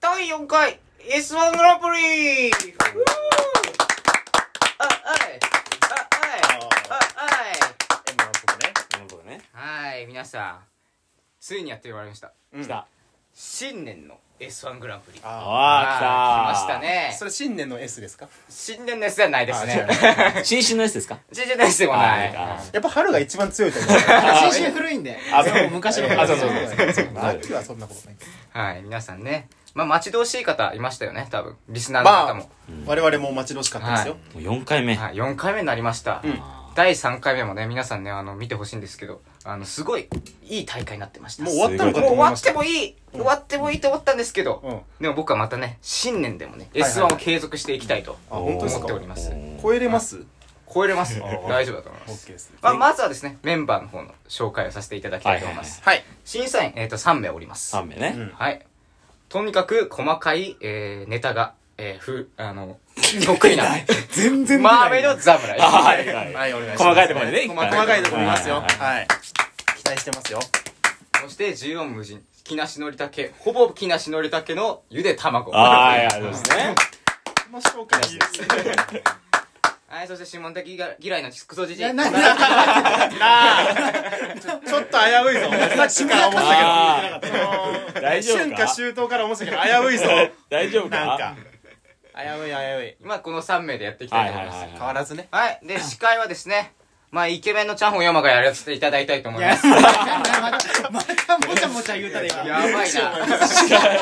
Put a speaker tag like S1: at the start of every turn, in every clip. S1: 第4回 S1 グランプリあ、はい。あ、はい。
S2: なるほどね。
S1: あ、はい。はい、皆さん、ついにやってまいりました。
S2: 来た。
S1: 新年の S1 グランプリ。あ
S2: あ
S1: 来ま
S2: あ、来
S1: した
S2: た。
S1: ね
S3: そ。れ新年の S ですか
S1: 新年の S ではないですね
S3: あ。違う
S2: 新春のやつですか
S1: 新年の S でもない。
S2: あ
S3: やっぱ春が一番強いと 思う。
S4: 青春古いんで。
S2: あ
S4: それも昔の
S2: あ
S4: 話
S2: そうそうそう
S3: 秋はそんなことない。
S1: はい、皆さんね。まあ、待ち遠しい方いましたよね、多分。リスナーの方も。
S3: 我々も待ち遠しかったですよ。
S2: もう4回目。
S1: はい、4回目になりました。第3回目もね、皆さんね、あの、見てほしいんですけど、あの、すごい、いい大会になってました。
S3: もう
S1: も
S3: 終わったの
S1: う
S3: かと
S1: 終
S3: 思い
S1: わ
S3: ま
S1: っ
S3: してた。
S1: もいい、終わってもいいと思ったんですけど、
S3: うん
S1: でも僕はまたね、新年でもね、
S3: いはい
S1: S1 を継続していきたいと
S3: あ本当です
S1: 思ってお
S3: か
S1: ります。
S3: 超えれます
S1: 超えれます。大丈夫だと思います。
S3: ?OK です。
S1: まあ、まずはですね、メンバーの方の紹介をさせていただきたいと思います。
S3: はい。
S1: 審査員、えっ、と、3名おります。
S2: 3名ね。
S1: はい。とにかく細かい、えー、ネタが、えー、ふ、あの、 得意な。
S3: 全然出ない
S1: マーメイド侍。
S2: はいはい。
S3: はい、お願いします。
S2: 細かいところでね
S3: 細かいところいますよ。
S2: はいは
S3: はい。期待してますよ。
S1: そして、縦横無尽。木梨憲武。ほぼ木梨憲武のゆで卵。
S2: ああ、そうですね。
S3: この紹介いいですね。
S1: はい、そして、指紋的嫌いのクソじ
S4: い
S1: じい。
S4: や、
S1: はい、
S4: な、な、
S3: ちょっと危ういぞ。俺 さっきから思ってたけどその。
S2: 大丈夫か
S3: 春夏秋冬から思ってたけど、危ういぞ。
S2: 大丈夫
S3: なん
S2: か
S3: か。危うい危うい。
S1: 今、この3名でやっていきた
S2: はいい
S1: と
S2: は
S1: 思
S2: い
S1: います。はい
S2: は
S3: 変わらずね。
S1: で、司会はですね、まあ、イケメンのチャンホンヨマがやらせていただきたいと思います。や
S4: また、またもちゃもちゃ言うたで今。
S1: ばいな。
S2: い。司会、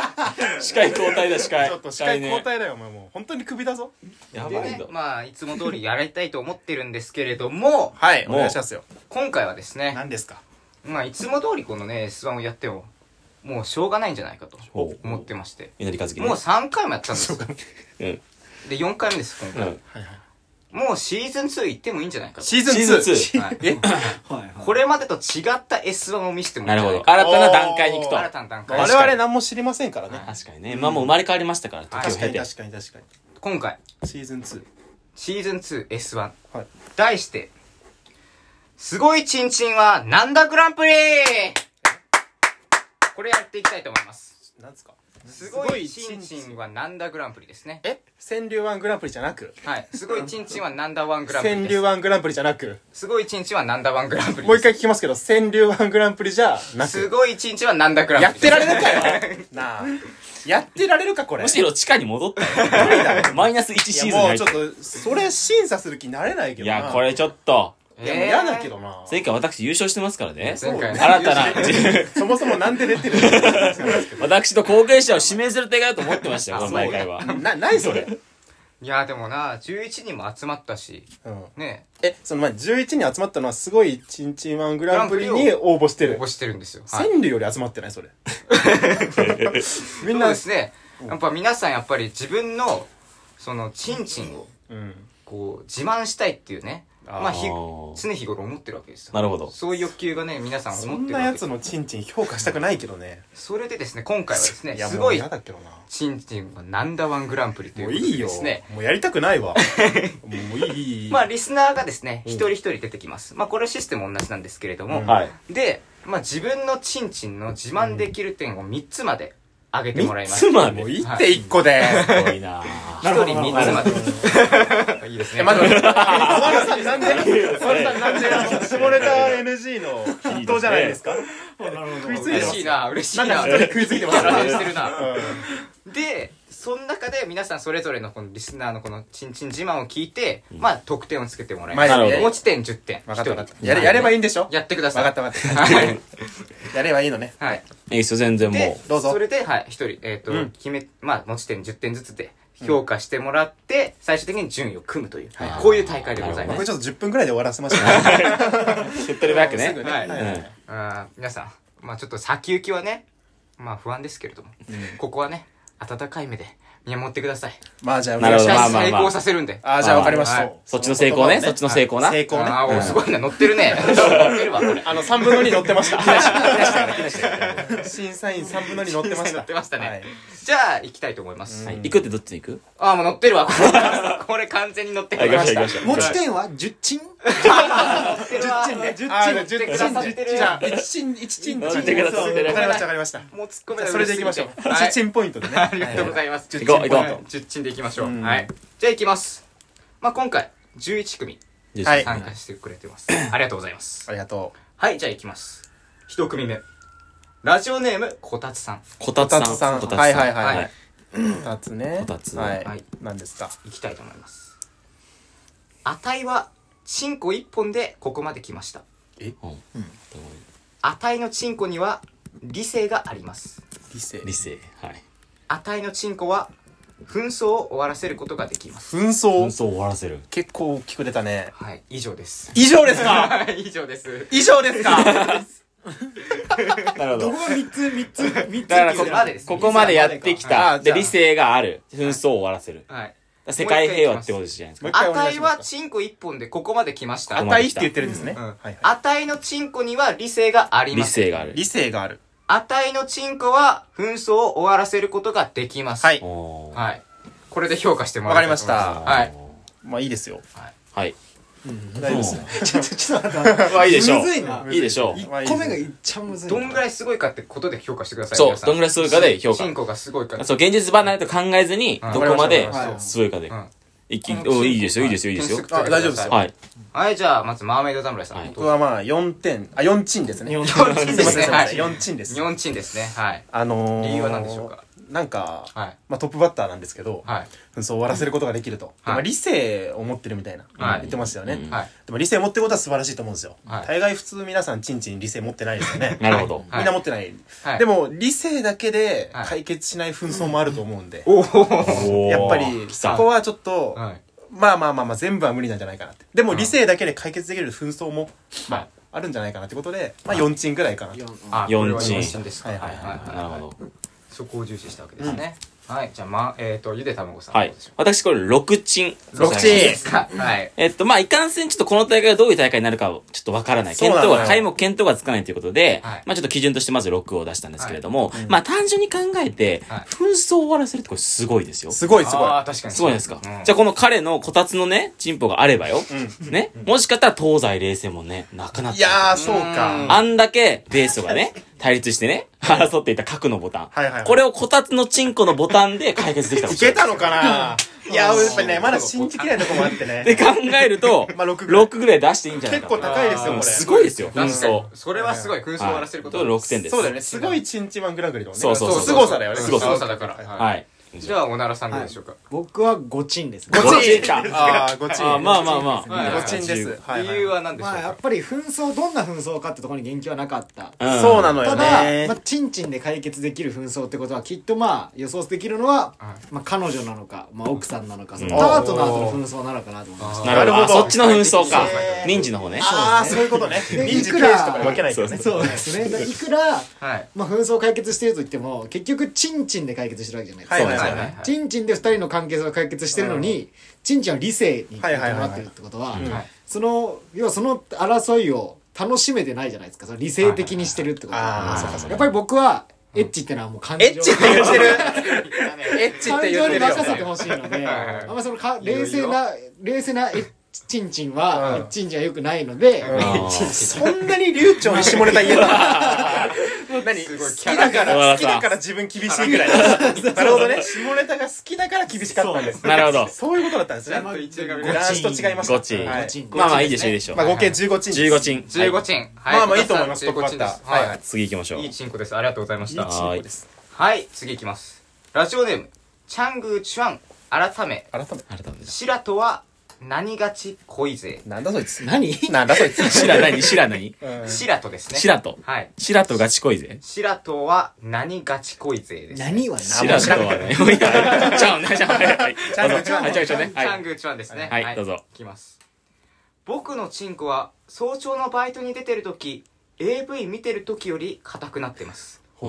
S2: 司会交代だ、司会。
S3: ちょっと司会交。代だよ、お前もう。本当にクビだぞ。
S2: や
S1: で
S2: ばい
S1: ね
S2: ぞ、。
S1: まあ、いつも通りやりたいと思ってるんですけれども、
S3: はい、
S2: もう
S3: お願いしますよ。
S1: 今回はですね、
S3: 何ですか
S1: まあ、いつも通りこのね、S1 をやっても、もうしょうがないんじゃないかと
S2: ほう
S1: 思ってまして。
S2: 稲荷和樹ね
S1: もう3回もやったんですよ。
S2: うん。
S1: で、4回目です、今
S2: う
S1: 回。
S2: ん。
S1: もうシーズン2行ってもいいんじゃないかと。
S3: シーズン 2!
S2: シーズン2
S1: はい
S3: え
S4: はいはい
S1: これまでと違った S1 を見せても
S2: な
S1: らい
S2: る
S1: たい
S2: ほ
S1: んじゃな
S2: ど
S1: い。か
S2: 新たな段階に行くと。
S1: 新たな段階
S3: 我々何も知りませんからね。
S2: 確かにね。まあもう生まれ変わりましたから、時を
S3: 確か
S2: 経
S3: に
S2: て。
S3: 確かに確か
S1: 今回、
S3: に。シーズン2。
S1: シーズン 2S1。
S3: はい。
S1: 題して、すごいチンチンはなんだグランプリこれやっていきたいと思います。
S3: なんですか
S1: すごいチンチンはなんだグランプリですね。
S3: え川柳ワングランプリじゃなく
S1: はい。すごいチンチンはなんだワングランプリ
S3: 川
S1: で
S3: 柳
S1: す。
S3: ワングランプリじゃなく
S1: すごいチンチンはなんだワングランプリです。
S3: もう一回聞きますけど、川柳ワングランプリじゃな
S1: す
S3: く。
S1: ごいチンチンはなんだグランプ
S3: や
S1: リ
S3: っ
S1: です
S3: てられるか よなあ。やってられるかこれ。
S2: むしろ地下に戻ったよ。マイナス1シーズン
S3: い
S2: に
S3: やも
S2: 入
S3: う
S2: っ
S3: ち
S2: た
S3: ょっと、それ審査する気になれないけ
S2: い
S3: どな。
S2: や、こ。れちょっと。
S3: いや、もう嫌だけどな。
S2: 前回私優勝してますからね。
S1: 前回ね
S2: 新たな、
S3: そもそもなんで出てるの
S2: 私と後継者を指名する手があると思ってましたよ、この大会は。
S3: な、ないそれ。
S1: いやでもな、11人も集まったし、
S3: うん。
S1: ね、
S3: え、その前、11人集まったのはすごいチンチンワングランプリに応募して
S1: 応
S3: る
S1: 募。してるんですよ。はい。
S3: 川柳より集まってない それ。
S1: そう
S3: みんな
S1: で、すね。やっぱ皆さんやっぱり自分の、その、チンチンを、
S3: うん。
S1: こう、自慢したいっていうね、まあ、ひ
S2: あ
S1: 常
S2: ー
S1: 日頃思ってるわけですよ。
S2: なるほど
S1: そういう欲求がね、皆さん
S3: そ
S1: 思っ
S3: ん
S1: てる
S3: な
S1: わけ
S3: や
S1: で
S3: つ
S1: す。
S3: のチンチン評価したくないけどね。
S1: それでですね、今回はですね、
S3: や
S1: すご
S3: もう
S1: い
S3: 嫌、だけどな。
S1: チンチンはナンダワングランプリという
S3: も
S1: こ
S3: う
S1: とで
S3: いいよ
S1: ですね。。
S3: もうやりたくな いわ。もういいいい。
S1: まあ、リスナーがですね、一人一人出てきます。まあ、これはシステム同じなんですけれども、
S3: うん
S2: はい。
S1: で、まあ、自分のチンチンの自慢できる点を3つまで上げてもらい
S2: 三
S1: ます。
S2: つまで。
S3: もう
S2: す
S3: いいって一個で。
S2: ごいな
S1: 一人3つま で。いいですね。
S3: え、待って待って。丸さんなんで丸さんなんであの下ネタ NG の筆頭じゃないですか食いついてま
S1: 嬉しいな、嬉し
S3: す。
S1: い
S3: なん
S1: な
S3: か。一人食いついてます。
S1: やら
S3: う
S1: れてるなんで、その中で皆さんそれぞれのこのリスナーのこのチンチン自慢を聞いて、まあ得点をつけてもらいま
S3: な
S2: るほ
S1: す。
S2: ど
S1: 持ち点10点。
S3: わかったわかっ
S1: 一
S3: た。
S1: 人
S3: やれ、やればいいんでしょ
S1: やってください。
S3: わかったわかった。
S1: はい。
S3: やればいいのね。
S1: はい。
S2: いいっすよ、全然も
S1: で
S2: う。、
S3: どうぞ
S1: それで、はい、一人、えっと
S3: うん、
S1: 決め、まあ持ち点10点ずつで評価してもらって、最終的に順位を組むという
S2: い、
S1: こういう大会でござい
S3: こ
S1: ま
S3: れ
S1: す。
S3: ちょっと10分くらいで終わらせましたね。
S2: 手っ取り早くね。
S3: すぐね
S1: はい
S3: はい
S2: うん
S1: あー皆さん、まあちょっと先行きはね、まあ不安ですけれども、ここはね、温かい目で見守ってください。
S3: まあじゃあ、
S2: なるほ
S1: し
S2: ど
S1: か
S2: まあ
S1: し
S2: まあ
S1: 成功させるんで。
S3: ああ、じゃあわかりまし
S1: は
S3: た
S1: い。
S2: そっちの成功ね、そっちの成功な。
S3: 成功ね。
S1: ああ、おすごいな、乗ってる ね。乗ってるわ、これ。
S3: あの、3分の2乗ってました。審査員3分の2乗ってました。
S1: 乗ってましたね
S3: はい
S1: じゃあ、行きたいと思います。
S2: はい行くってどっちに行く
S1: ああ、もう乗ってるわ、これ。これ完全に乗ってるわ。
S2: あ行きました行きました
S4: 持ち点は10チン十
S3: あー
S4: チン
S3: じゅ
S1: てくださってる
S3: じゅじゅじゃん
S4: 一チン一チン
S2: 乗ってくださって
S3: わ
S2: る
S3: かりましたわかりました
S1: もう突っ込め
S3: それでいきましょう
S1: はい
S3: チンポイントでね
S1: ありがとうございます。
S2: いこう行こ
S1: 10チンでいきましょう。
S3: うん
S1: はい。じゃあいきます。まあ今回、11組
S2: う
S3: はい
S1: 参加してくれて ます。ありがとうございます。
S3: ありがと
S1: はい、じゃあいきます。一組目。ラジオネーム、こたつさん。
S2: こたつ
S3: こたつ
S2: さ
S3: さ
S2: ん
S3: ん
S2: こたつさん
S3: はいはいはい
S1: はいう
S3: 二つね
S2: 二つ
S3: は
S1: はいい
S3: 何ですか
S1: いきたいと思います。あたいは、チンコ一本でここまで来ました。あたいのチンコには、理性があります。
S3: 理性
S2: 理性はい
S1: あたいのチンコは、紛争を終わらせることができます。
S3: 紛
S2: 紛
S3: 争
S2: 争を終わらせる
S3: 結構大きく出たね
S1: はい、以上です。
S3: 以上ですか
S1: はい以上です。
S3: 以上 ですか
S2: なるほど
S4: ここ三つ三つ三つ
S2: だから
S1: こ
S2: こ
S1: までです
S2: ここまでやってき
S3: あ
S2: た
S3: あじ
S2: で
S3: ゃあ
S2: 理性がある紛争を終わらせるだか
S1: はい。
S2: ら世界平和ってことじゃないです
S3: もう
S2: か
S3: 一回
S1: あ
S3: お願
S1: た
S3: い
S1: い
S3: します
S1: はチンコ一本でここまで来まし
S2: ここ
S1: た。
S2: ま
S3: 値
S2: で
S3: って言ってるんですね
S1: うんうん
S3: はいはい
S1: あたいのチンコには理性がありま
S2: 理
S1: す。
S2: 性がある
S3: 理性がある
S1: あたいのチンコは紛争を終わらせることができます。
S3: はい
S2: おー
S1: はい。これで評価してもらいいと思いす
S3: わかり
S1: はい。
S3: まあいいですよ
S2: はい
S3: 大丈夫ですね
S4: ちょっとちょっと待って
S2: まあいいでしょう
S4: むずいない
S2: いでしょ
S4: 一
S2: う
S4: 個目がいっちゃむずい
S1: どんぐ
S4: い
S1: らいすごいかってことで評価してください。
S2: そう
S1: 皆さ
S2: どんぐらいすごいかで評価
S1: チンコがすごいか。
S2: そう現実離れと考えずに
S1: うん
S2: どこまで
S3: わかりま
S2: すごいかで
S1: うん
S2: いきおいいですよいいですよいいですよ
S3: あ大丈夫ですよ
S1: はい。
S2: はい
S1: はい、じゃあ、まずマーメイド侍さん。
S2: はい
S3: 僕はまあ4点あ四チンですね
S1: 4チンですね。はい。
S3: 4チンです
S1: 4チンですね。はい。
S3: あのー
S1: 理由は何でしょうか
S3: なんか、
S1: はい
S3: まあ、トップバッターなんですけど、
S1: はい。
S3: そう終わらせることができると、でまあ、理性を持ってるみたいな、
S1: はい
S3: 言ってましたよね、
S2: うん
S1: はい。
S3: でも理性持ってることは素晴らしいと思うんですよ、
S1: はい
S3: 大概普通皆さんチンチン理性持ってないですよ ね
S2: なるほど
S1: はい
S3: みんな持ってない、
S1: はい
S3: でも理性だけで
S1: はい
S3: 解決しない紛争もあると思うんで、
S1: おお。
S3: やっぱ
S2: おー
S3: り
S2: 来
S3: そ
S2: た
S3: こはちょっと、
S1: はい。
S3: まあまあまあまあ全部は無理なんじゃないかなってでも理性だけで解決できる紛争も、まあ、あるんじゃないかなってことで、まあ、4チンぐらいかなと
S1: あ、
S2: 四
S1: これは
S2: チン
S1: 四チンですか。
S3: はいはい
S1: はいはいはい
S2: なるほど
S1: そこを重視したわけですね。はい。じゃあ、ま、えっ、と、ゆでたまごさん。
S2: はい
S1: どうでしょ
S2: 私これ6チン
S3: 六
S1: う
S3: チン
S1: ですかはい。
S2: えっと、まあ、いかんせんちょっとこの大会がどういう大会になるかをちょっとわからない。
S3: そう
S2: 検
S3: なの
S2: 討
S3: よ
S2: が、開目検討がつかないということで、
S1: はい
S2: まあ、ちょっと基準としてまず6を出したんですけれども、まあ、単純に考えて、
S1: はい
S2: 紛争を終わらせるってこれすごいですよ。す
S3: すごいすごい
S1: あー確かに。
S2: ごいですか、
S1: うん
S2: じゃあこの彼のこたつのね、チンポがあればよ。ね。もしかしたら東西冷戦もね、なくなっ
S3: い
S2: ち
S3: や
S2: ゃう。
S3: ーそうか
S1: うん
S2: あんだけ、米ソがね、対立してね、争っていた核のボタン。
S3: はいはいはい
S2: これをこたつのチンコのボタンで解決できたかも
S3: い
S2: しれ
S3: け
S2: ない
S3: たのかないや、やっぱりね、まだ信じきれないとこもあって
S2: で
S3: ね。
S2: 考えると、
S3: まあ六
S2: 6
S3: ぐらい
S2: ぐらい出していいんじゃない
S3: 結
S2: か
S3: 構
S2: な
S3: 高いですよ、
S2: う
S3: こ
S2: ん
S3: れ。
S2: すごいですよ、紛
S1: 確か
S2: 争
S1: に。。それはすごい。紛争を終わらせること
S2: はいと6点です
S3: そうだよね、すごいチンチマングラグリだもんね。
S2: そうそうそう
S3: すごさだよね。
S1: すご
S2: さ
S1: さだから
S3: はいはい
S2: はい。
S1: じゃあ、おならさんどうでしょうか。
S4: 僕は五チンですね
S2: ご
S3: ご
S2: ち
S3: ち
S2: ん
S3: ん
S2: か。
S3: あー、ごちん。
S2: あーまあまあまあ。
S1: はい
S3: ごちんです。はい
S1: 理
S3: はい
S1: 由は何でしょう
S4: まあや
S1: か、
S4: っぱり紛争どんな紛争かってところに言及はなかった
S2: ん
S3: そうなのよ
S4: ただ、
S3: ね
S4: まあ、。チンチンで解決できる紛争ってことはきっとまあ予想できるのは、まあ、彼女なのか、まあ、奥さんなのかそのパートナーとの紛争なのかなと思いました
S1: あ
S2: なるほど。
S3: なるほど
S2: そっちの紛争か
S3: へ。ー
S2: 民事の方ね。
S3: あー、そういうことね。
S4: で
S3: 民事刑
S4: いく
S3: 事
S4: ら
S3: とかに分けないけどね。
S4: そうですねだからいくら、
S1: はい。
S4: まあ、紛争を解決してると言っても結局チンチンで解決してるわけじゃないですか、
S3: はいはい
S2: そ
S3: はいはい
S2: うですよね。
S4: チンチンで2人の関係性を解決してるのに、チンチンは理性に
S3: はいはいはいはい
S4: 伴ってるってことは、
S1: はい
S4: その要はその争いを楽しめてないじゃないですかその理性的にしてるってこと
S3: はいはいはいあー
S4: は
S3: そうかそう
S4: やっぱり僕はエッチってのはもう感情
S3: エッチって言ってる。エッチっ
S4: 感
S3: て
S4: 情
S3: 言って
S4: に
S3: るよ
S4: 任。せてほしいので
S1: はいはい
S4: あんまりそのか冷静
S1: い
S4: な冷静なエッチチンチン
S3: うん
S4: はエッチンチンは良くないので
S1: ん
S2: あー
S3: そんなに流暢に下ネタ言えた何
S1: す
S3: 好
S1: ごい
S3: き
S1: キャラ
S3: だから、
S2: わ
S3: 好きだから自分厳しいぐ らい。なるほどね。下ネタが好きだから厳しかったんです。
S2: なるほど。
S3: そういうことだったんです
S1: ちゃ
S3: ね
S1: ん。と一応が見
S3: フ
S1: れ
S3: ラ
S1: ま
S3: ンスと違いました。
S2: ゴチン
S3: はい
S4: ゴチン
S2: まあまあいいでしょういいでしょう
S3: まあ。合計15チンです。
S2: 15チン。
S1: す。15
S2: はい
S1: チン。はい
S3: まあまあいいと思います、
S1: 15チンで
S3: トッ
S1: す。
S3: プバッターはい
S1: は
S3: はい
S1: い。
S2: 次行きましょう。
S1: いいチンコです。ありがとうございました。
S2: ンコ
S1: は
S2: はいい。
S1: はい、次行きます。ラジオネーム、チャングーチュアン、改め、
S3: 改めて。
S2: 改めて。
S1: シラとは、何がち恋ぜ。
S3: なんだそいつ。
S4: 何
S3: なんだそいつ。
S2: 知らない知らない
S1: シラとですね。
S2: シラト。
S1: はい。
S2: シラトガチ恋ぜ。
S1: シラとは、何がち恋ぜです。
S4: 何は何
S2: シラトはね。もういいか。ちゃうね。ちゃうね。はい。
S3: ちゃうね
S2: どうぞはいちゃうちゃうね。
S1: チャ
S2: は
S1: ングーチュアンですね。
S2: はいどうぞ。
S1: いきます。僕のチンコは、早朝のバイトに出てる時 AV 見てる時より硬くなってます。
S2: い。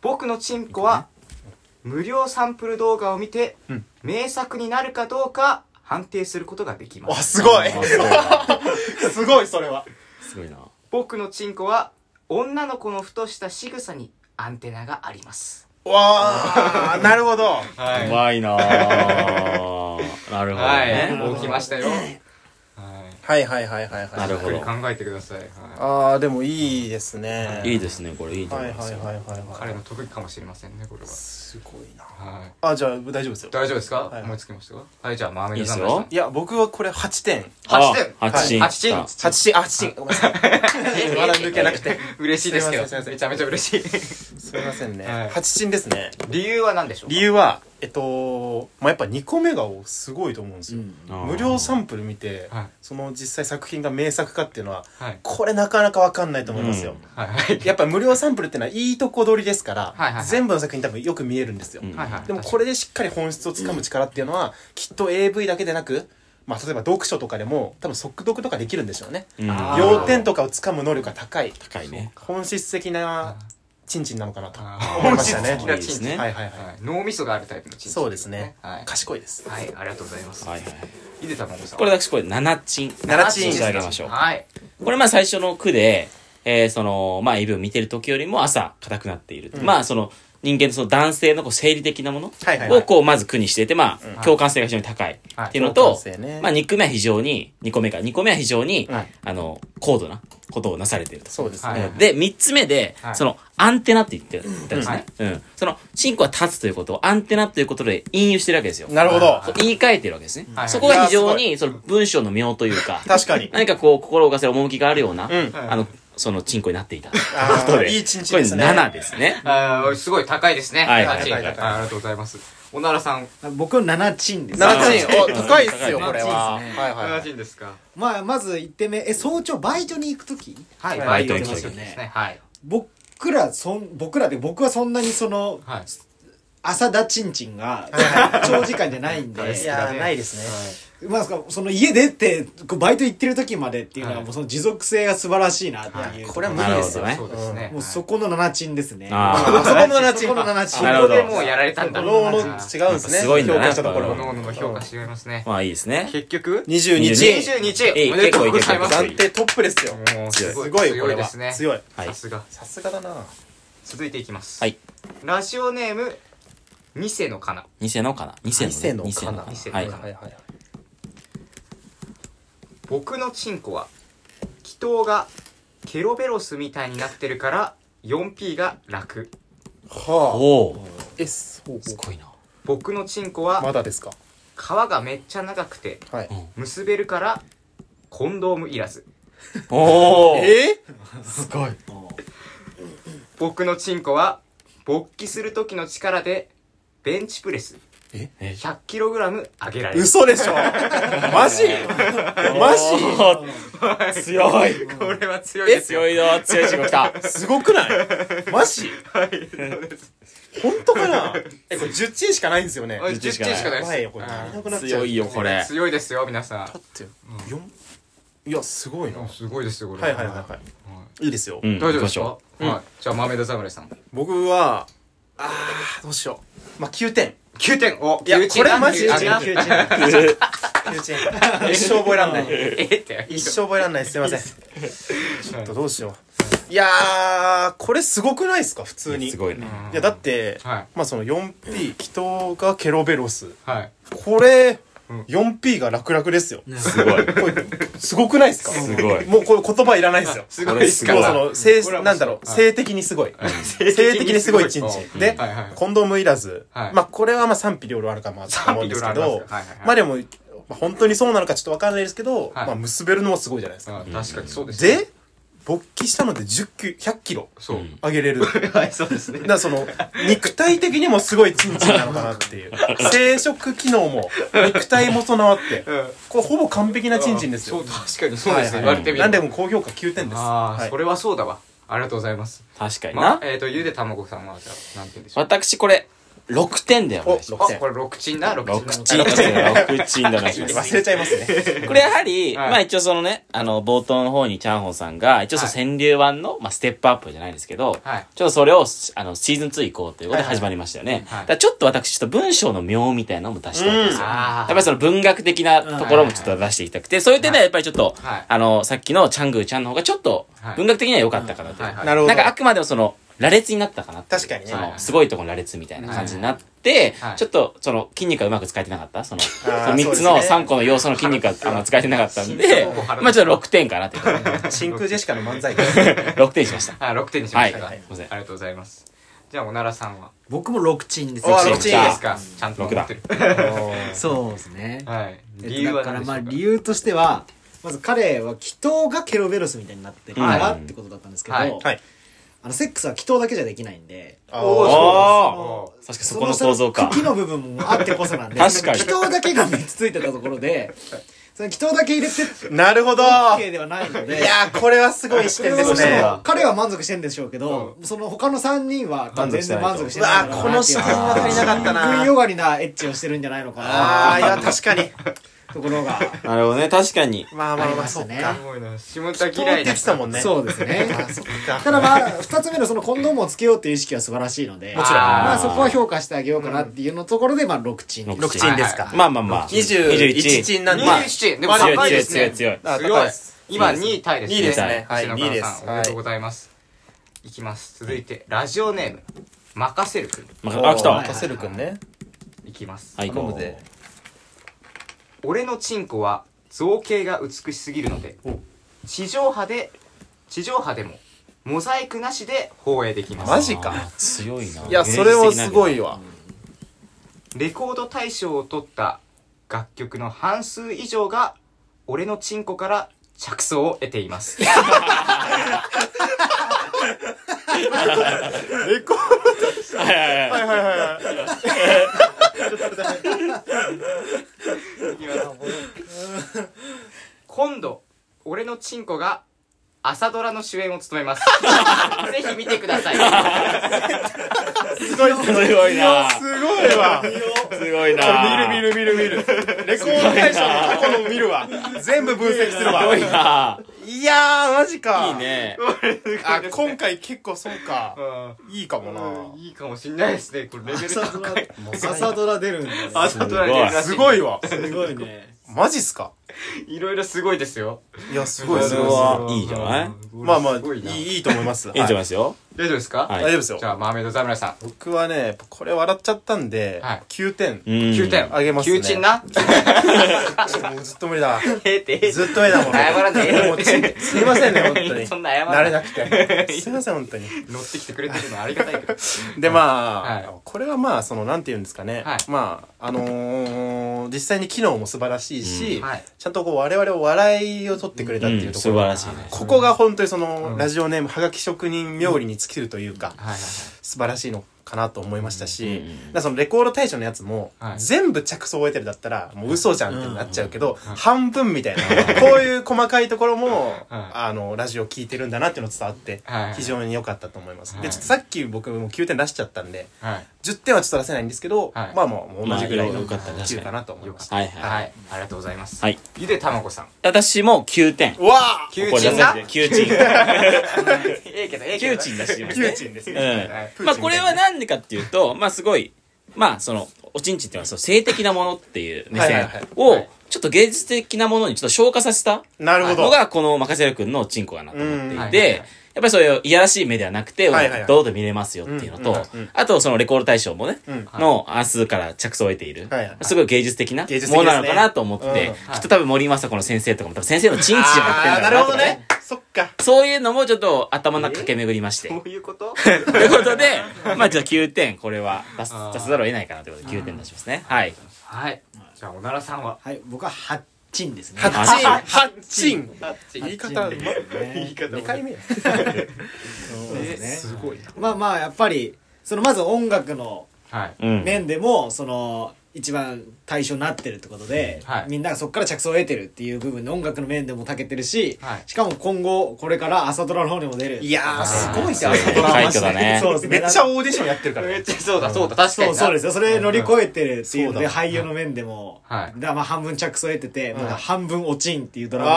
S1: 僕のチンコは、無料サンプル動画を見て、名作になるかどうか、判定することができま
S3: わ、
S1: す。
S3: すごい
S2: あすごいな
S3: すごい、それは。
S2: すごいな。
S1: 僕のチンコは女の子のふとした仕草にアンテナがあります
S3: わあ、なるほど。
S1: は
S2: うまいなぁ。なるほど
S1: はい
S2: ね。
S1: もう来ましたよはい
S3: はいはいはいはいはい
S2: なる
S1: ゆっ
S2: ほ
S1: くり
S2: ど
S1: 考えてください、はい
S3: ああでもいいですね
S2: いい
S3: で
S2: ですねこれいいと
S3: は
S2: 思
S3: い
S2: い
S3: はい
S2: ます
S3: はい
S2: よ
S3: はいはい
S1: 彼の得意かもしれませんねこれは、
S3: すごいな
S1: はい、
S3: あじゃあ大丈夫ですよ
S1: 大丈夫ですか、
S3: はい
S1: 思いつきましたかはいじゃあマーメイド
S2: いいです
S1: 侍
S2: よ
S1: さん
S3: いや僕はこれ8
S1: 8
S3: 点
S1: 点
S2: あ8点
S1: はい8点
S3: 8チンあ8チンごめんなさい まだ抜けなくて
S1: 嬉しいですけど
S3: すいませんすいません
S1: めちゃめちゃ嬉しい
S3: すみませんね
S1: はい
S3: 8チンですね
S1: 理由は何でしょうか
S3: 理由はえっとまあやっぱ2個目がすごいと思うんですよ
S4: ん
S2: あー
S3: 無料サンプル見て
S1: はい
S3: その実際作品が名作かっていうのは
S1: はい
S3: これなかなかわかんないと思いますよ、
S1: はいはい
S3: やっぱ無料サンプルってのはいいとこ取りですか
S1: は
S3: ら、
S1: いはいはい
S3: 全部の作品多分よく見えるんですよ、
S2: うん
S1: はいはい
S3: でもこれでしっかり本質をつかむ力っていうのは、きっと AV だけでなく、まあ、例えば読書とかでも多分速読とかできるんでしょうね
S2: うん
S1: あー
S3: 要点とかをつかむ能力が高い
S2: 高いね
S3: 本質的なチンチンなのかなと
S1: あー
S3: 思いましたね
S1: 本質的なチンチン
S2: ね
S3: はいはいはい、
S1: はい脳みそがあるタイプのチンチン
S3: そうですね、
S1: はい
S3: 賢いです
S1: はいありがとうございます
S2: はいはい
S1: 井出たまごさん
S2: これ私これ7チン
S3: 7チン
S2: してあげましょう
S1: はい
S2: これまあ最初の句で、えー、その、まあ AV を見てる時よりも朝硬くなっている。まあその人間のその男性のこう生理的なもの
S3: はいはいはい
S2: をこうまず句にしていて、まあ共感性が非常に高い
S1: はい
S2: っていうの
S3: 共
S2: と
S3: 感性ね、
S2: まあ2句目は非常に、2個目か、2個目は非常に
S3: はい、
S2: あの、高度なことをなされていると。
S3: そうですね、
S1: はい
S2: で、三つ目で
S1: は、い
S2: その、アンテナって言ってるんです
S1: はい
S2: ね。うん。その、チンコは立つということをアンテナっていうことで引用してるわけですよ。
S3: なるほど、
S1: は
S2: そう言い換えてるわけですね
S1: は。い
S2: そこが非常
S3: い
S2: に、その文章の妙というか、
S3: 確かに
S2: 何かこう、心を動かせる趣があるような、
S3: ん
S2: あの、その、チンコになっていた。
S3: あ ー
S2: ことで
S3: いいチンチンですね
S2: これ7ですね。
S1: あーすごい高いですね
S2: はいはい
S1: 八
S3: 高い高
S1: あ
S3: い
S1: りがとうございます小奈良さん
S4: 僕7チンです
S3: 7チ
S2: あー
S3: ンお高いっすよこれは、
S4: 高いですね
S3: はいはい、は
S1: 何
S3: い
S1: 人ですか
S4: まあまず1点目え早朝バイトに行く時
S1: はい
S3: バイ
S2: ト
S1: 行
S2: に
S1: き
S2: 来
S1: ま
S2: た
S1: す
S2: 時
S1: よ
S2: ね
S1: ねはい
S4: 僕らそん僕らで僕はそんなにその
S1: はい
S4: 浅田チンチンが長時間じゃないん
S1: 大好
S4: で
S1: き
S3: い
S1: だ
S3: や
S1: ね
S3: ーないですね
S4: まあその家出てこうバイト行ってる時までっていうのはもうその持続性が素晴らしいなって
S1: はいいう
S3: これは無
S2: な
S3: 理
S2: る
S3: で
S2: ほ
S3: す
S2: ど
S3: よ
S2: ね。
S1: そうですね
S4: もうそこの7チンですね
S2: あ
S4: あ
S3: そこの7
S4: そこの7チン
S2: なる
S1: そこ
S2: ほど
S1: でもうやられたんだ
S3: お
S1: な
S3: のおの違うんですね
S2: すごいんだな
S3: 評価したところ
S1: お
S2: やっ
S1: のおのの評価違いますね
S2: まあいいですね。
S1: 結局
S3: 22
S2: 22
S3: 日
S1: 22日
S2: いい
S1: おめでとうございま
S2: 結構いい
S1: す
S3: 暫定
S2: 結構いい残
S3: トップですよ
S1: もう
S2: 強い
S1: す
S3: すごい
S1: 強いですね
S3: これは強い
S2: はい
S1: さすが
S3: さすがだな
S1: 続いていきます
S2: はい
S1: ラジオネームニセのかな
S2: 偽のかな偽のね。
S3: 偽のかな
S2: 偽
S1: 偽
S2: の
S1: の
S2: は
S1: か
S2: い
S1: な。
S3: はいはい
S1: 僕のチンコは気筒がケロベロスみたいになってるから 4P が楽
S3: は
S2: おお
S3: あえそう
S2: すごいな。
S1: 僕のチンコ
S3: ま
S1: は
S3: だですか
S1: 皮がめっちゃ長くて
S3: はい
S1: 結べるからコンドームいらず
S2: おお
S3: えすごい
S1: 僕のチンコは勃起する時の力でベンチプレス
S3: え
S1: 100kg 上げられる
S3: 嘘でしょマジマジ
S2: ジ強い
S1: これは強いですよ
S2: 強いよ強いし来た。
S3: すごくないマジ本当 かなえこれ10チンしかないんですよね
S1: 10チンしかないで
S3: やば
S1: す
S3: いよこれ足りなくなっちゃう
S2: 強いよこれ。
S1: 強いですよ皆さん
S3: だって四いやすごいなは
S1: すごいですよこれ
S3: いはいはいはいいいですよ
S2: うん。
S1: 大丈夫
S2: 行き
S1: で
S2: ますしょ
S1: かはいじゃあ豆田侍さん
S3: 僕はあーどうしようまあ9点
S1: 9点お
S3: いや
S1: 9
S3: これマジで
S1: 9点
S3: 9点
S2: う。え
S3: 友人一生覚えらんない
S1: えーって
S3: 一生覚えらんないすいませんちょっとどうしよういやーこれすごくないですか普通に
S2: すごいね。
S3: いやだって、
S1: はい
S3: まあその 4P 気筒がケロベロス
S1: はい
S3: これ、
S1: ん
S3: 4P が楽々ですよ
S2: すごい。
S3: これすごくないですか
S2: すごい
S3: もうこれ言葉いらないですよ
S1: すごいですか
S2: こ
S3: もう
S2: れ
S1: ら
S3: その性
S1: これはもう
S3: なんだろう
S1: はい
S3: 性的にすごい性的にすごい一日
S1: うんは
S3: で
S1: いはい
S3: コンドームいらず
S1: はい
S3: まあこれはまあ賛否両論あるかなと思うんですけ
S1: 賛否両論あ
S3: ど
S1: りますよはいはいはい
S3: まあでもまあ本当にそうなのかちょっとわかんないですけど
S1: はい
S3: まあ結べるのもすごいじゃないです
S1: あ
S3: か
S1: 確かにそうですね
S3: で勃起したので10キロ100キロ
S1: そう
S2: うん
S3: 上げれる だ
S1: はいそうですね
S3: からその肉体的にもすごいチンチンなのかなっ ていう生殖機能も肉体も備わって
S1: うん
S3: これほぼ完璧なチンチンですよ
S1: そう確かにそうですね
S3: はいはい
S1: 言われてみれば
S3: なんでもう高評価9点です
S1: ああ
S3: はい
S1: それはそうだわありがとうございます
S2: 確かに
S1: ま
S2: な
S1: あ。えっとゆでたまごさんはじゃあ何点でしょう
S2: 私これ、6点でお願いしま
S3: お
S1: あ
S3: 六点
S1: これ六チンだ六
S2: す。
S1: チ
S2: 6チ
S1: ン
S2: ン
S1: だ
S2: だ6チンでお願いします。
S3: 忘れちゃいますね。
S2: これやはり、
S1: はい
S2: まあ一応そのね、あの、冒頭の方にチャンホンさんが、一応その
S1: は
S2: 川柳版の、まあステップアップじゃないですけど、
S1: はい
S2: ちょっとそれを、あの、シーズン2以降ということで
S3: はいはい
S2: 始まりましたよね。
S1: はい
S2: だからちょっと私、ちょっと文章の妙みたいなのも出したいんですよ。
S1: うん
S2: や
S1: あ
S2: っ
S1: ー
S2: ぱりその文学的なところもちょっと出していきたくて、そういう点ではやっぱりちょっと、
S1: はい
S2: あの、さっきのチャングーちゃんの方がちょっと
S1: はい、
S2: 文学的には良かったかなという。
S1: はいはい
S3: なるほ
S2: な
S3: ど。
S2: んかあくまでもその、羅列になったかなっていう
S3: 確かにね
S2: その
S1: はい
S2: すごいところの羅列みたいな感じになって、って、
S1: はい
S2: ちょっとその筋肉がうまく使えてなかったそのそ
S3: ー
S2: の3つ
S3: そう
S2: の
S3: ですね
S2: 3個の要素の筋肉があの使えてなかったんで
S1: 心臓を腹、
S2: まあちょっと6点かなっていう感じで
S5: 真空ジェシカの漫才
S2: 6点にしました。
S1: あ6点にしましたか、
S2: はいすいません
S1: ありがとうございますじゃあ小奈良さんは
S5: 僕も6チンです
S3: お
S5: よ
S3: ー
S1: どっ
S3: 六
S1: ち
S3: チ
S1: で
S3: ン
S1: すかちゃんと
S2: 六
S1: 持
S2: だ
S1: ってる
S5: そうですね
S1: はい
S4: えっと
S1: 理由は
S4: だから
S1: 何でし
S4: ま
S1: ょう
S4: あ
S1: か
S4: 理由としてはまず彼は祈祷がケロベロスみたいになってるからってことだったんですけど、
S1: はいはい
S3: はい
S4: あのセックスは祈祷だけじゃできないんで
S3: あー
S1: おー
S2: お
S1: そう
S2: 確かにそこの想像か。
S4: 茎の部分もあってこそなんで
S2: 確かに
S4: 祈祷だけが3つついてたところでその祈祷だけ入れて
S3: なるほど
S4: OK
S3: い
S4: ではないので
S3: やーこれはすごい視
S4: それ
S3: 点
S4: は
S3: です
S4: そ
S3: ね
S4: う彼は満足してるんでしょうけど、その他の3人は全然満足して
S3: う
S4: ない
S3: わ
S4: ん
S3: ー
S4: だ
S3: こ
S4: ろうな
S3: の
S4: ってい
S3: 視
S4: う
S3: 点は足りなかった
S4: 食い
S3: な
S4: よがりなエッチをしてるんじゃないのか
S3: あーい
S4: な
S3: や確かに
S4: ところが
S2: なるほどね、確かに。
S3: まあまあ
S4: あり
S3: まあ
S4: まし
S3: そ
S4: た
S3: っ
S4: ね
S3: か
S1: すごいな下田
S3: 通
S1: 嫌
S3: っ
S1: い
S3: て
S1: な
S3: きたもんね
S4: そうですね
S3: あーそっか
S4: ただまあ2つ目のそのコンドームをつけようっていう意識は素晴らしいので
S1: もちろん
S4: まあ、そこは評価してあげようかなっていうのところで、まあ、6チン
S2: 六
S4: で
S2: チン
S4: す
S5: 6チンですか
S2: まあまあまあ。
S5: 21
S2: 21
S5: チンなんで
S2: まあ
S1: 27でも
S2: 強
S1: 高
S2: い
S1: い
S2: 強
S1: で
S2: い
S1: す
S2: 強い
S1: ね
S2: 強い。
S3: あ
S1: 強
S3: 高い
S1: い
S3: です
S1: 今2位タイですね
S3: 2位ですねはい
S1: 篠原
S3: 2位で
S1: さ
S3: す
S1: んおめでとうございますいきます続いてラジオネーム任せるくん
S2: まあ、あ来たわ
S4: はい
S3: カセル君ね
S1: いきます
S2: はい、
S5: 頼む
S2: こ
S5: ぜ
S2: う。
S1: 俺のチンコは造形が美しすぎるので地上波で地上波でもモザイクなしで放映できます
S3: マジか
S2: あー強いな。
S3: いやそれはすごいわ
S1: レコード大賞を取った楽曲の半数以上が俺のチンコから着想を得ています
S2: はいはいはい。
S3: はいはいはい
S1: 今度俺のチンコが朝ドラの主演を務めますぜひ見てください
S3: すごいす
S2: すごいな。
S3: ごいわ
S2: すごいな。
S3: 見る見る見る見るレコード大賞の過去のを見るわ全部分析するわ
S2: すごいな。
S3: いやーマジか
S2: いいね。
S3: あ今回結構そうか
S1: う
S3: いいかも
S1: ん
S3: ない
S1: いかもしんないですねこれレベル
S4: 朝ド
S1: 高
S4: ラ
S1: い
S4: 朝ドラ出るんで、ね、
S1: 朝ドラ出るらし
S3: すごいわ
S4: すごいね
S3: マジっすか
S1: いろいろすごいですよ
S3: いやす
S2: こ
S3: ごい
S2: れ
S3: すごい
S2: はいいじゃない
S3: まあまあ
S1: すご
S3: い
S1: いない
S3: いいと思います
S2: いいんじゃない
S3: はい
S2: ですよ。
S1: 大丈夫ですか、
S2: は
S3: 大
S2: い
S3: 丈夫ですよ
S1: じゃあマーメイド侍さん
S3: 僕はねやっぱこれ笑っちゃったんで
S1: はい
S3: 9点
S2: うん。
S1: 9点
S3: あげますね
S1: 9チンな
S3: もうずっと無 理だ
S1: えってえって
S3: ずっと無理だもん
S1: 謝らねえ
S3: もうちすいませんね本当 に
S1: そんな謝ら
S3: 慣
S1: な
S3: れ
S1: い
S3: なく てすいません本当に
S1: 乗ってきてくれてるのありがたい けど
S3: でま
S1: は
S3: あこれはまあそのなんて言うんですかね
S1: はい
S3: まああのー実際に機能も素晴らしいし
S1: はい
S3: ちゃんとこう我々を笑いを取ってくれたっていう
S2: うん
S3: と
S2: 素
S3: ころ
S2: 晴らしいね。
S3: ここが本当にその、
S1: うん
S3: ラジオネームはがき職人冥利に尽きるというか、
S1: はいはい
S3: 素晴らしいのかなと思いましたし、
S2: うんうん
S3: だからそのレコード大賞のやつも、
S1: はい
S3: 全部着想を得てるだったらもう嘘じゃんってなっちゃうけど、
S1: うん
S3: 半分みたいな、こういう細かいところも、あのラジオ聞いてるんだなっていうの伝わって、
S1: はい
S3: 非常に良かったと思います、
S1: はい
S3: でちょっとさっき僕も9点出しちゃったんで
S1: はい
S3: 10点はちょっと出せないんですけど、
S1: はい
S3: まあもう同じぐらい
S2: まあ
S3: の
S2: 良かったね
S3: 中かなと思いました、
S2: はいはい。
S1: はいありがとうございます
S2: はい
S1: ゆでたまこさん
S2: 私も9点。
S3: うわ
S1: 9
S2: ここ
S1: チ
S2: で
S1: ンな
S2: ?9 チン。
S1: ええけどええけど
S2: 9チンだし。
S3: ー9点ですね、プーチ
S2: うん
S3: ンみたいな
S2: まあこれはなんでかっていうと、まあすごい、まあその、おちんちんっていうのはその性的なものっていう目
S3: はい
S2: 線
S3: はいはい
S2: を、ちょっと芸術的なものにちょっと昇華させた
S3: なるほど、
S2: のが、この任せるくんのチンコかなと思って
S3: うん
S1: はいい
S2: て、やっぱりそういういやらしい目ではなくて、
S3: はいはいはい
S2: 堂々と見れますよっていうのと、
S3: うんうん
S2: あとそのレコード大賞もね、
S3: うん
S2: の明日から着想を得ている、
S3: はいはい
S2: すごい芸術的なも
S3: 芸術的で
S2: の
S3: すね
S2: なのかなと思って、
S3: うん
S2: きっと多分森政子の先生とかも多分先生のチンチンをやってん
S3: あー
S2: だ
S3: な
S2: ろ
S3: る
S2: うな
S3: ほ
S2: と
S3: ど
S2: か
S3: ね。そっか。
S2: そういうのもちょっと頭の中駆け巡りまして、
S1: どういうこと
S2: ということで、まあじゃあ9点、これは出す出さざるを得ないかなということで9点出しますね。はい。
S1: はいじゃあおならさんは
S4: はい僕は8チンですね
S2: 八
S3: チンハッチン言い方うま
S1: 言い方
S3: 2回目や
S4: そうですね
S1: すごいな
S4: まあまあやっぱりそのまず音楽の
S1: はい
S2: うん。
S4: 面でもその一番対象になってるってことで、
S1: はい
S4: みんながそこから着想を得てるっていう部分で音楽の面でも長けてるし、
S1: はい
S4: しかも今後これから朝ドラの方にも出る
S3: いやーすごいじゃん
S2: 快挙だね。
S4: そうです
S3: め
S4: ね
S3: っちゃオーディションやってるから
S1: めっ
S3: ね
S1: ちゃそうだそうだ確かに
S4: そう
S1: な
S4: そうですよそれ乗り越えてるっていうの
S3: うん
S4: で俳優の面でも、
S1: はい
S4: だからまあ半分着想を得てて、ま
S3: うん
S4: た半分落ちんっていうドラマ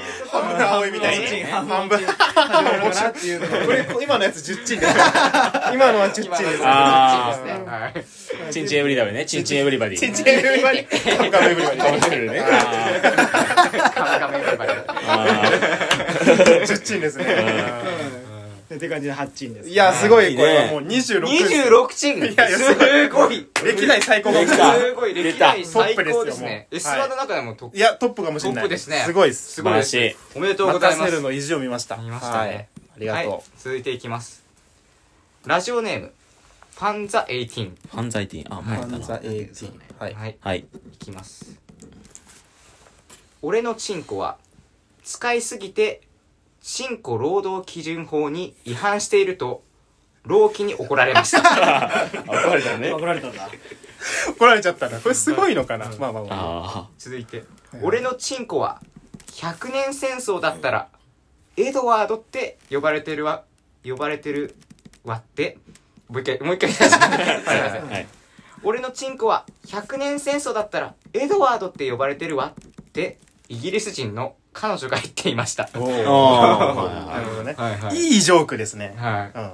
S3: 半分青いみたいに半分
S4: もかなっていうのが
S3: これ今のやつ10チンでしょ 今のは10チンです
S2: あ
S1: チンですねはい
S2: チンチンエブリダブね。チンチンエブリバディ。
S3: チンチンエブリバディカムカムエブリバデ
S2: かぶって
S3: ィ
S2: るね。
S1: カメカメバリバリ
S2: あー
S3: 10チンですね
S4: って感じで8チンです
S3: いや、すごい、これ
S2: いい
S3: は
S2: ね
S3: もう26ですよ。
S1: 26チーム
S3: いやいや
S1: すごい
S3: 歴代最高かもしれない。
S1: すごい
S2: 出
S1: 歴
S2: た
S1: 代最高ですね
S3: トップで
S1: S
S3: すよもう
S1: ワーの中でもトップ
S3: いや、トップかもしれない。
S1: トップですね
S3: すごいです。
S1: すごいで
S2: 素晴らしい
S1: すおめでとうござい
S3: 任
S1: ま
S3: せ
S1: す
S3: るの意地を見ました。
S1: 見ましたね
S3: はいありが
S1: はい
S3: と
S1: 続いていきますラジオネームパンザ18
S2: 犯罪店。あ、
S3: う。
S2: 前
S3: パ
S2: だ
S3: ン
S2: な。
S3: ザ18はい。
S1: はい
S2: はい。
S1: いきます俺のチンコは使いすぎてチンコ労働基準法に違反していると労基に怒られました
S2: 怒られたね。
S4: 怒られたんだ
S3: 怒られちゃったな。これすごいのかな。まあまあまあ。
S2: あ
S1: 続いて
S3: はい
S1: 俺のチンコは100年戦争だったらエドワードって呼ばれてるわ呼ばれてるわってもう一回もう一回すいません
S2: あ。はい。
S1: 俺のチンコは100年戦争だったらエドワードって呼ばれてるわってイギリス人の彼女が言っていました
S3: お
S2: あ
S3: ー
S2: あ。
S3: なるほどね。
S1: はいはい
S3: いいジョークですね。
S1: は
S3: うん。
S1: い、うん、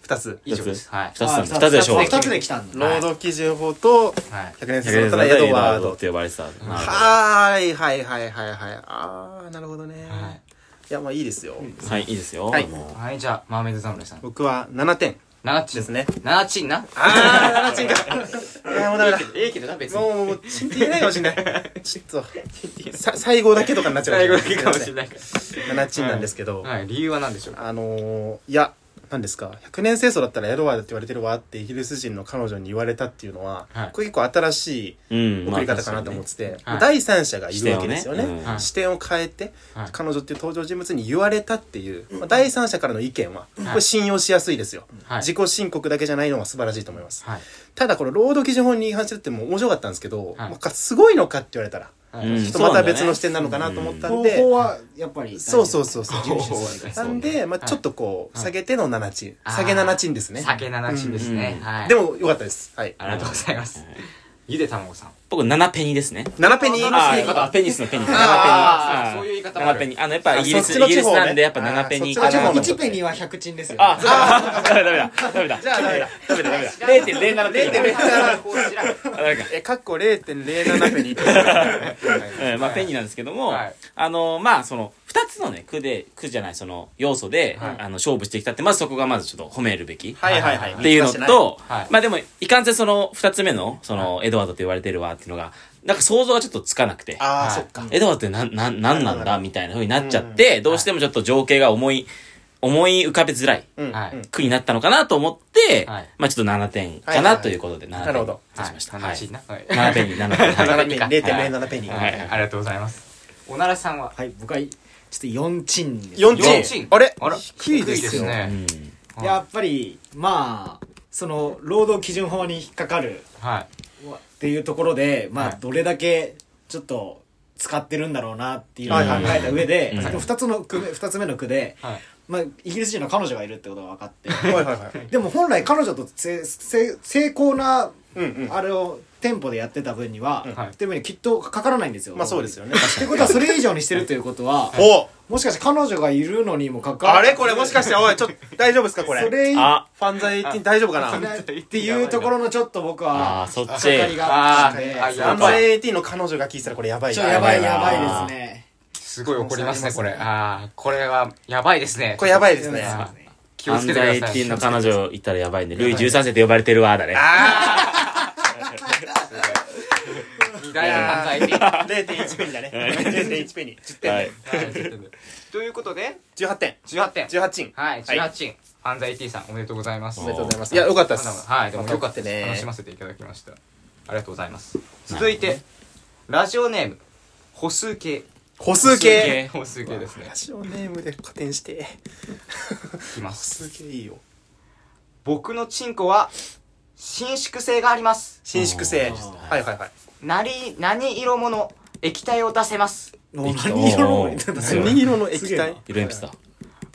S3: 二つ。
S1: 以上ですはい
S2: 二つなんだ二つでしょ。
S4: 2つで来たんだ
S1: は
S3: 労
S1: い
S3: 働基準法と、
S1: はい
S3: 100年
S2: 100
S3: 生
S2: 年
S3: だった
S2: だ
S3: ら
S2: っ
S3: エド
S2: たら
S3: ワ
S2: エ
S3: ー
S2: ドワードっ
S3: ド。
S2: て呼ばれてた。なるほど
S3: はーい、はい、はい、はい、はい。あー、なるほどね。
S1: はい
S3: いや、まあいいですよ。
S2: はい、いいですよ。
S3: はい
S2: も
S1: はいじゃあマーメイド侍さん
S3: 僕は7点
S1: 7チン
S3: ですね。
S1: 7チンな
S3: あー、7点か。いや、もうダメだ。
S1: ええけどな別に
S3: もう、もう、ちんって言えないかもしれない。ちょっと、さ、最後だけとかになっちゃう
S1: 最後だけかもしれな
S3: ない。
S1: いか
S3: 7チンなんですけど、
S1: らはい理由は何でしょうか
S3: あのー、いや、何ですか、100年清掃だったらエドワードって言われてるわってイギリス人の彼女に言われたっていうのは、
S1: はい
S3: これ結構新し
S2: う
S3: い
S2: ん。
S3: 送り方かなと思ってて、
S1: はい
S3: 第三者がいるわけですよね。
S2: 視点をね
S1: うん
S3: 視点を変えて、
S1: はい
S3: 彼女っていう登場人物に言われたっていう、まあ第三者からの意見は、これ信用しやすいですよ、
S1: はい
S3: 自己申告だけじゃないのが素晴らしいと思います。
S1: はい
S3: ただこの労働基準法に違反してるってもう面白かったんですけど、
S1: はい
S3: まあすごいのかって言われたら、
S1: はい
S2: うん
S3: ちょっとまた別の視点なのかなと思ったん
S4: 方
S3: で、
S4: 法はやっぱり
S3: そうそうそうそう
S4: 重視する
S1: 方法は
S3: なんで、まあ
S1: はい
S3: ちょっとこう、
S1: はい
S3: 下げての7チン、
S1: あー
S3: 下げ7チンですね。
S1: 酒7チンですね
S2: うん
S1: はい
S3: でもよかったです。はい。
S1: ありがとうございますゆでたまごさん
S2: 僕、7ペニですね。
S3: 7ペニー
S2: あ
S3: あ
S2: あ、
S3: ー
S2: よかった。ペニスのペニス。
S1: あー
S2: 7
S1: そういう言い方もある
S2: 7ペニ。あの、やっぱイギリ
S3: あそっ
S2: ス、イ
S3: ちの
S2: ギ
S3: 地
S2: リス
S3: 方ね
S2: なんで、やっぱ7ペニ。
S3: あーそっちの地方なんだ
S4: 1ペニーは100チンですよ
S2: あ、そうか。 ダメだ、ダメだ。
S3: じゃあダメだ。
S2: ダメだ、ダメだ。0.07ペニだ。あダメか。
S3: え、かっこ0.07ペニー。はい
S2: えーまあ、ペニーなんですけども、
S1: はい
S2: あのまあその2つのね区で区じゃないその要素で、
S1: はい
S2: あの勝負してきたってまずそこがまずちょっと褒めるべき、
S3: はいはいはい。
S2: っていうのと、
S1: はい
S2: まあでもいかんせんその2つ目のその、エドワードと言われてるわっていうのがなんか想像がちょっとつかなくて。
S3: あ
S1: はい
S3: あ、そっか。
S2: エドワードってなん、なん、なんなんだみたいな風になっちゃって、どうしてもちょっと情景が思い、思い浮かべづらい
S3: うん
S1: はい
S3: うん
S2: 区になったのかなと思って、
S1: はい
S2: まあちょっと7点
S3: は
S2: か
S3: いはい
S2: な
S3: はい
S2: ということで7
S3: なる
S2: 点
S3: ほ
S2: に
S3: ど
S2: 出しました。
S1: は
S2: はいい。
S1: チンなはい
S2: 7点に7点。はい
S3: 7ペニー、
S2: はい
S3: 0.07ペニー。
S1: はいありがとうございますおならさんは
S4: はい僕はちょっと4チンです
S3: 4
S1: 四
S3: チ
S1: チ
S3: ン
S1: ン。
S3: あれ
S1: あら
S3: 低いですよ。
S2: う
S1: ね
S2: ん
S4: やっぱりまあその労働基準法に引っかかる
S1: はい
S4: っていうところで、まあ、
S1: はい
S4: どれだけちょっと使ってるんだろうなっていうのを
S3: は
S4: 考
S3: いはい
S4: えた上で、
S2: うん
S4: その2つの区目二つ目の区で、
S1: はい
S4: まあ、イギリス人の彼女がいるってことが分かって
S3: はいはいはい。
S4: でも本来彼女とせせ成功な
S3: うんうん。
S4: あれをテンポでやってた分には、
S1: はい
S4: でもねきっとかからないんですよ。
S3: まあそうですよね。
S4: ってことはそれ以上にしてるということは、
S3: お
S4: もしかして彼女がいるのにもかかわ
S3: あ
S4: らず
S3: れこれもしかして、おい、ちょっと大丈夫ですかこれ。
S4: そ
S3: フ
S4: れ以上
S2: あ、
S3: ァンザ18大丈夫かな
S4: にっていうところのちょっと僕は
S2: あー、そっ
S4: 引っか
S2: ち。
S4: かりがあった
S1: あ
S4: ん
S1: ーあ
S4: で
S1: ー
S3: ファンザ18の彼女が聞いてたらこれやばい
S4: ちょやばいやば
S2: やばいない
S4: ですね。
S1: すごい怒りますねこれああこれはやばいですね
S3: これやばいですね。
S1: あー気を
S2: 犯
S1: つけてくだ
S2: 罪
S1: さい
S2: ティーンの 彼女いたらやばいんで、ルイ13世と呼ばれてるわ、だね。
S1: 偉大な犯罪ティーン
S3: 0.1ペニーだね。0.1ペニー。10
S2: は
S3: 点
S2: い
S3: ね。
S1: はいということで
S3: 18点。
S1: 18点
S3: 18チン。
S1: はい18チン犯罪 T さんおめでとうございます
S2: おめでとうございます
S3: いや、よかったっす。
S1: はいでもよかったです
S3: また
S1: 楽しませていただきましたありがとうございます続いてラジオネーム歩数計
S3: 歩数計。
S1: 歩数計ですね
S3: ラジオネームで加点して。
S1: いきます
S3: 歩数計いいよ。
S1: 僕のチンコは伸縮性があります
S3: 伸縮性。
S4: あー
S3: はいはいはい。
S1: 何何色もの液体を出せます
S4: もう
S2: できた
S4: 何色の
S2: おー
S4: すごい
S3: 何色の
S4: す
S3: 液
S4: げえな
S3: 体
S2: 色鉛筆だ。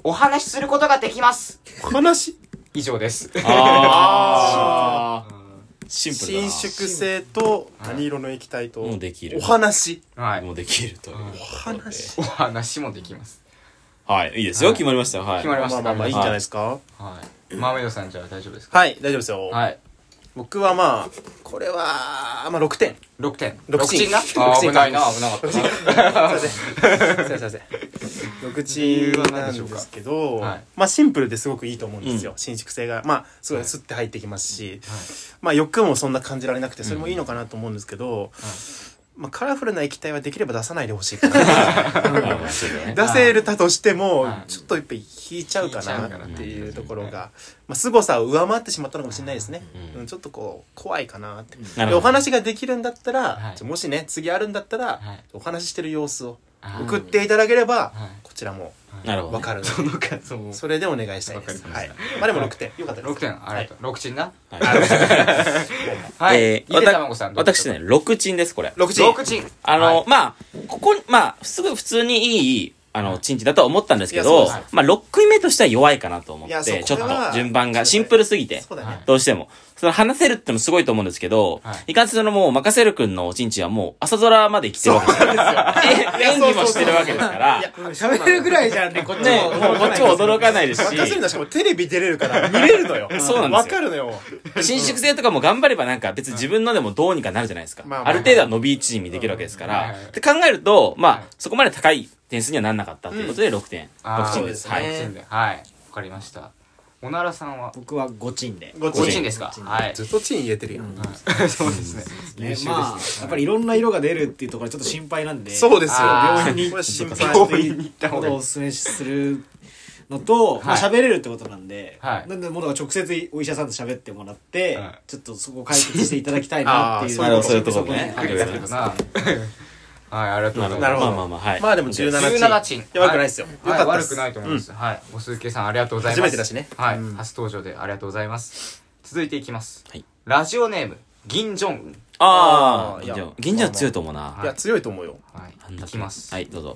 S1: お話しすることができます
S3: 話
S1: 以上です
S2: あー。シンプルだ
S3: 伸
S2: な。
S3: 縮性と何色の液体と
S2: もうできる
S3: お話
S1: はい
S2: もうできるという。
S3: お話
S1: お話もできます
S2: はい、いいですよ。決まりましたよ。はい。
S1: 決まりま
S3: ま
S1: し
S3: あ
S1: た
S3: まあまあいいんじゃないですか
S1: はいマーメイドさんじゃあ大丈夫ですか
S3: はい大丈夫ですよ
S1: はい
S3: 僕はまあこれはまあ6点
S1: 6点
S3: 六
S1: チ
S3: チ
S1: ン
S3: ン
S1: が
S3: 六
S1: 危
S3: チン
S1: な
S3: か
S1: いな危なかったな
S3: すいませんすいません6チンなんですけど、
S1: はい
S3: まあシンプルですごくいいと思うんですよ、
S2: う
S3: 伸縮性がまあすごいスッて入ってきますし、まあ欲もそんな感じられなくてそれもいいのかなと思うんですけど、まあカラフルな液体はできれば出さないでほしいかな出せるたとしても
S1: はい
S3: ちょっとやっぱり引いちゃうか
S1: 引いちゃうかな
S3: なっていうところが、まあ凄さを上回ってしまったのかもしれないですね、うんちょっとこう怖いかなって
S2: なる
S3: で
S2: ほ
S3: お
S2: ど
S3: 話ができるんだったら、
S1: はい
S3: ちょもしね次あるんだったら、
S1: はい
S3: お話ししてる様子を
S1: あー
S3: 送っていただければ、
S1: はい
S3: こちらも
S2: なるほど
S3: わ
S2: ね。
S3: かる、
S1: その感想も
S3: それでお願いしたいです
S1: わか
S3: は
S1: り
S3: いまあでも6点よかったです
S1: 6点ありがとう6チンな
S2: はい
S1: はい
S2: えー
S1: ゆで
S2: わた
S1: 卵さんどうでし
S2: 私
S1: ょう
S2: ね、6チンです、これ。
S3: 6チン
S1: 六チン
S2: あの、
S1: はい
S2: まあ、ここに、まあ、すごい普通にいい、あの、チンチンだとは思ったんですけ
S3: いや
S2: ど
S3: そうで、
S2: まあ、6組目としては弱いかなと思っ
S3: いやそう
S2: て、
S3: こ
S2: ちょ
S3: れ
S2: っ
S3: は
S2: と順番
S3: そう
S2: が
S3: ね
S2: シンプルすぎて、
S3: そうだね、
S1: はい
S2: どうしても。その話せるってのもすごいと思うんですけど、い、かんせんそのもう、任せるくんのおちんちんはもう、朝空まで来てるわけですよ。 え演技もしてるわけですから、ね、
S4: 喋るぐらいじゃんねこっちも
S2: もうこっちも驚かないですし、
S3: 任せるのはしかもテレビ出れるから見れるのよ
S2: そうなんですよ
S3: 分かるのよ
S2: 伸縮性とかも頑張ればなんか別に自分のでもどうにかなるじゃないですか。
S3: まあまあ
S2: ある程度は伸び縮みできるわけですか
S1: うん
S2: ら。って考えると、まあ、
S1: はい
S2: そこまで高い点数にはなんなかったということで6点。
S1: あ
S2: 6
S1: ー
S2: 点です。
S3: そう
S2: は
S3: ですね
S2: い。
S1: チンではいわかりましたおならさんは
S4: 僕は5チンで
S3: ご
S1: 5
S3: ち
S1: チン
S3: ん
S1: ですかはい
S3: ずっとチン言えてるやん、
S1: そうですね優
S4: ね
S1: 秀
S4: まあ
S1: ですね
S4: やっぱりいろんな色が出るっていうところはちょっと心配なんで
S3: そうですよ
S1: あー
S3: 病院にこれ心配
S4: そう
S1: 病
S4: い
S1: 院に行った
S4: う
S1: 方
S4: こ
S1: がい
S4: と
S1: い
S4: をお勧めするのと、まあ
S1: はい
S4: 喋れるってことなんで、
S1: はい
S4: なんでもうだから直接お医者さんと喋ってもらって、
S1: はい
S4: ちょっとそこを解決していただきたいなっていう
S3: あー
S2: なるほどそういうところね
S4: そ
S1: ありがとうございます はいありがとうございます
S3: なるほど
S2: まあまあまあ、はい。
S3: まあでも17
S1: 17チン
S3: やばくないですよ、
S1: は
S3: よ
S1: い、
S3: かったで
S1: 悪
S3: す
S1: くないと思います、はいおすうけさんありがとうございます
S3: 初めてだしね
S1: はい、
S3: うん
S1: 初登場でありがとうございます続いていきます、
S2: はい
S1: ラジオネーム銀ジョンウン
S3: あ
S2: ああ、
S3: ー
S2: 銀
S3: い
S2: 城
S3: や。
S2: 銀城は強いと思うな。
S3: いや強いと思うよ
S1: はい
S2: なん
S1: い
S2: だっけ
S1: きます、
S2: はい、どうぞ。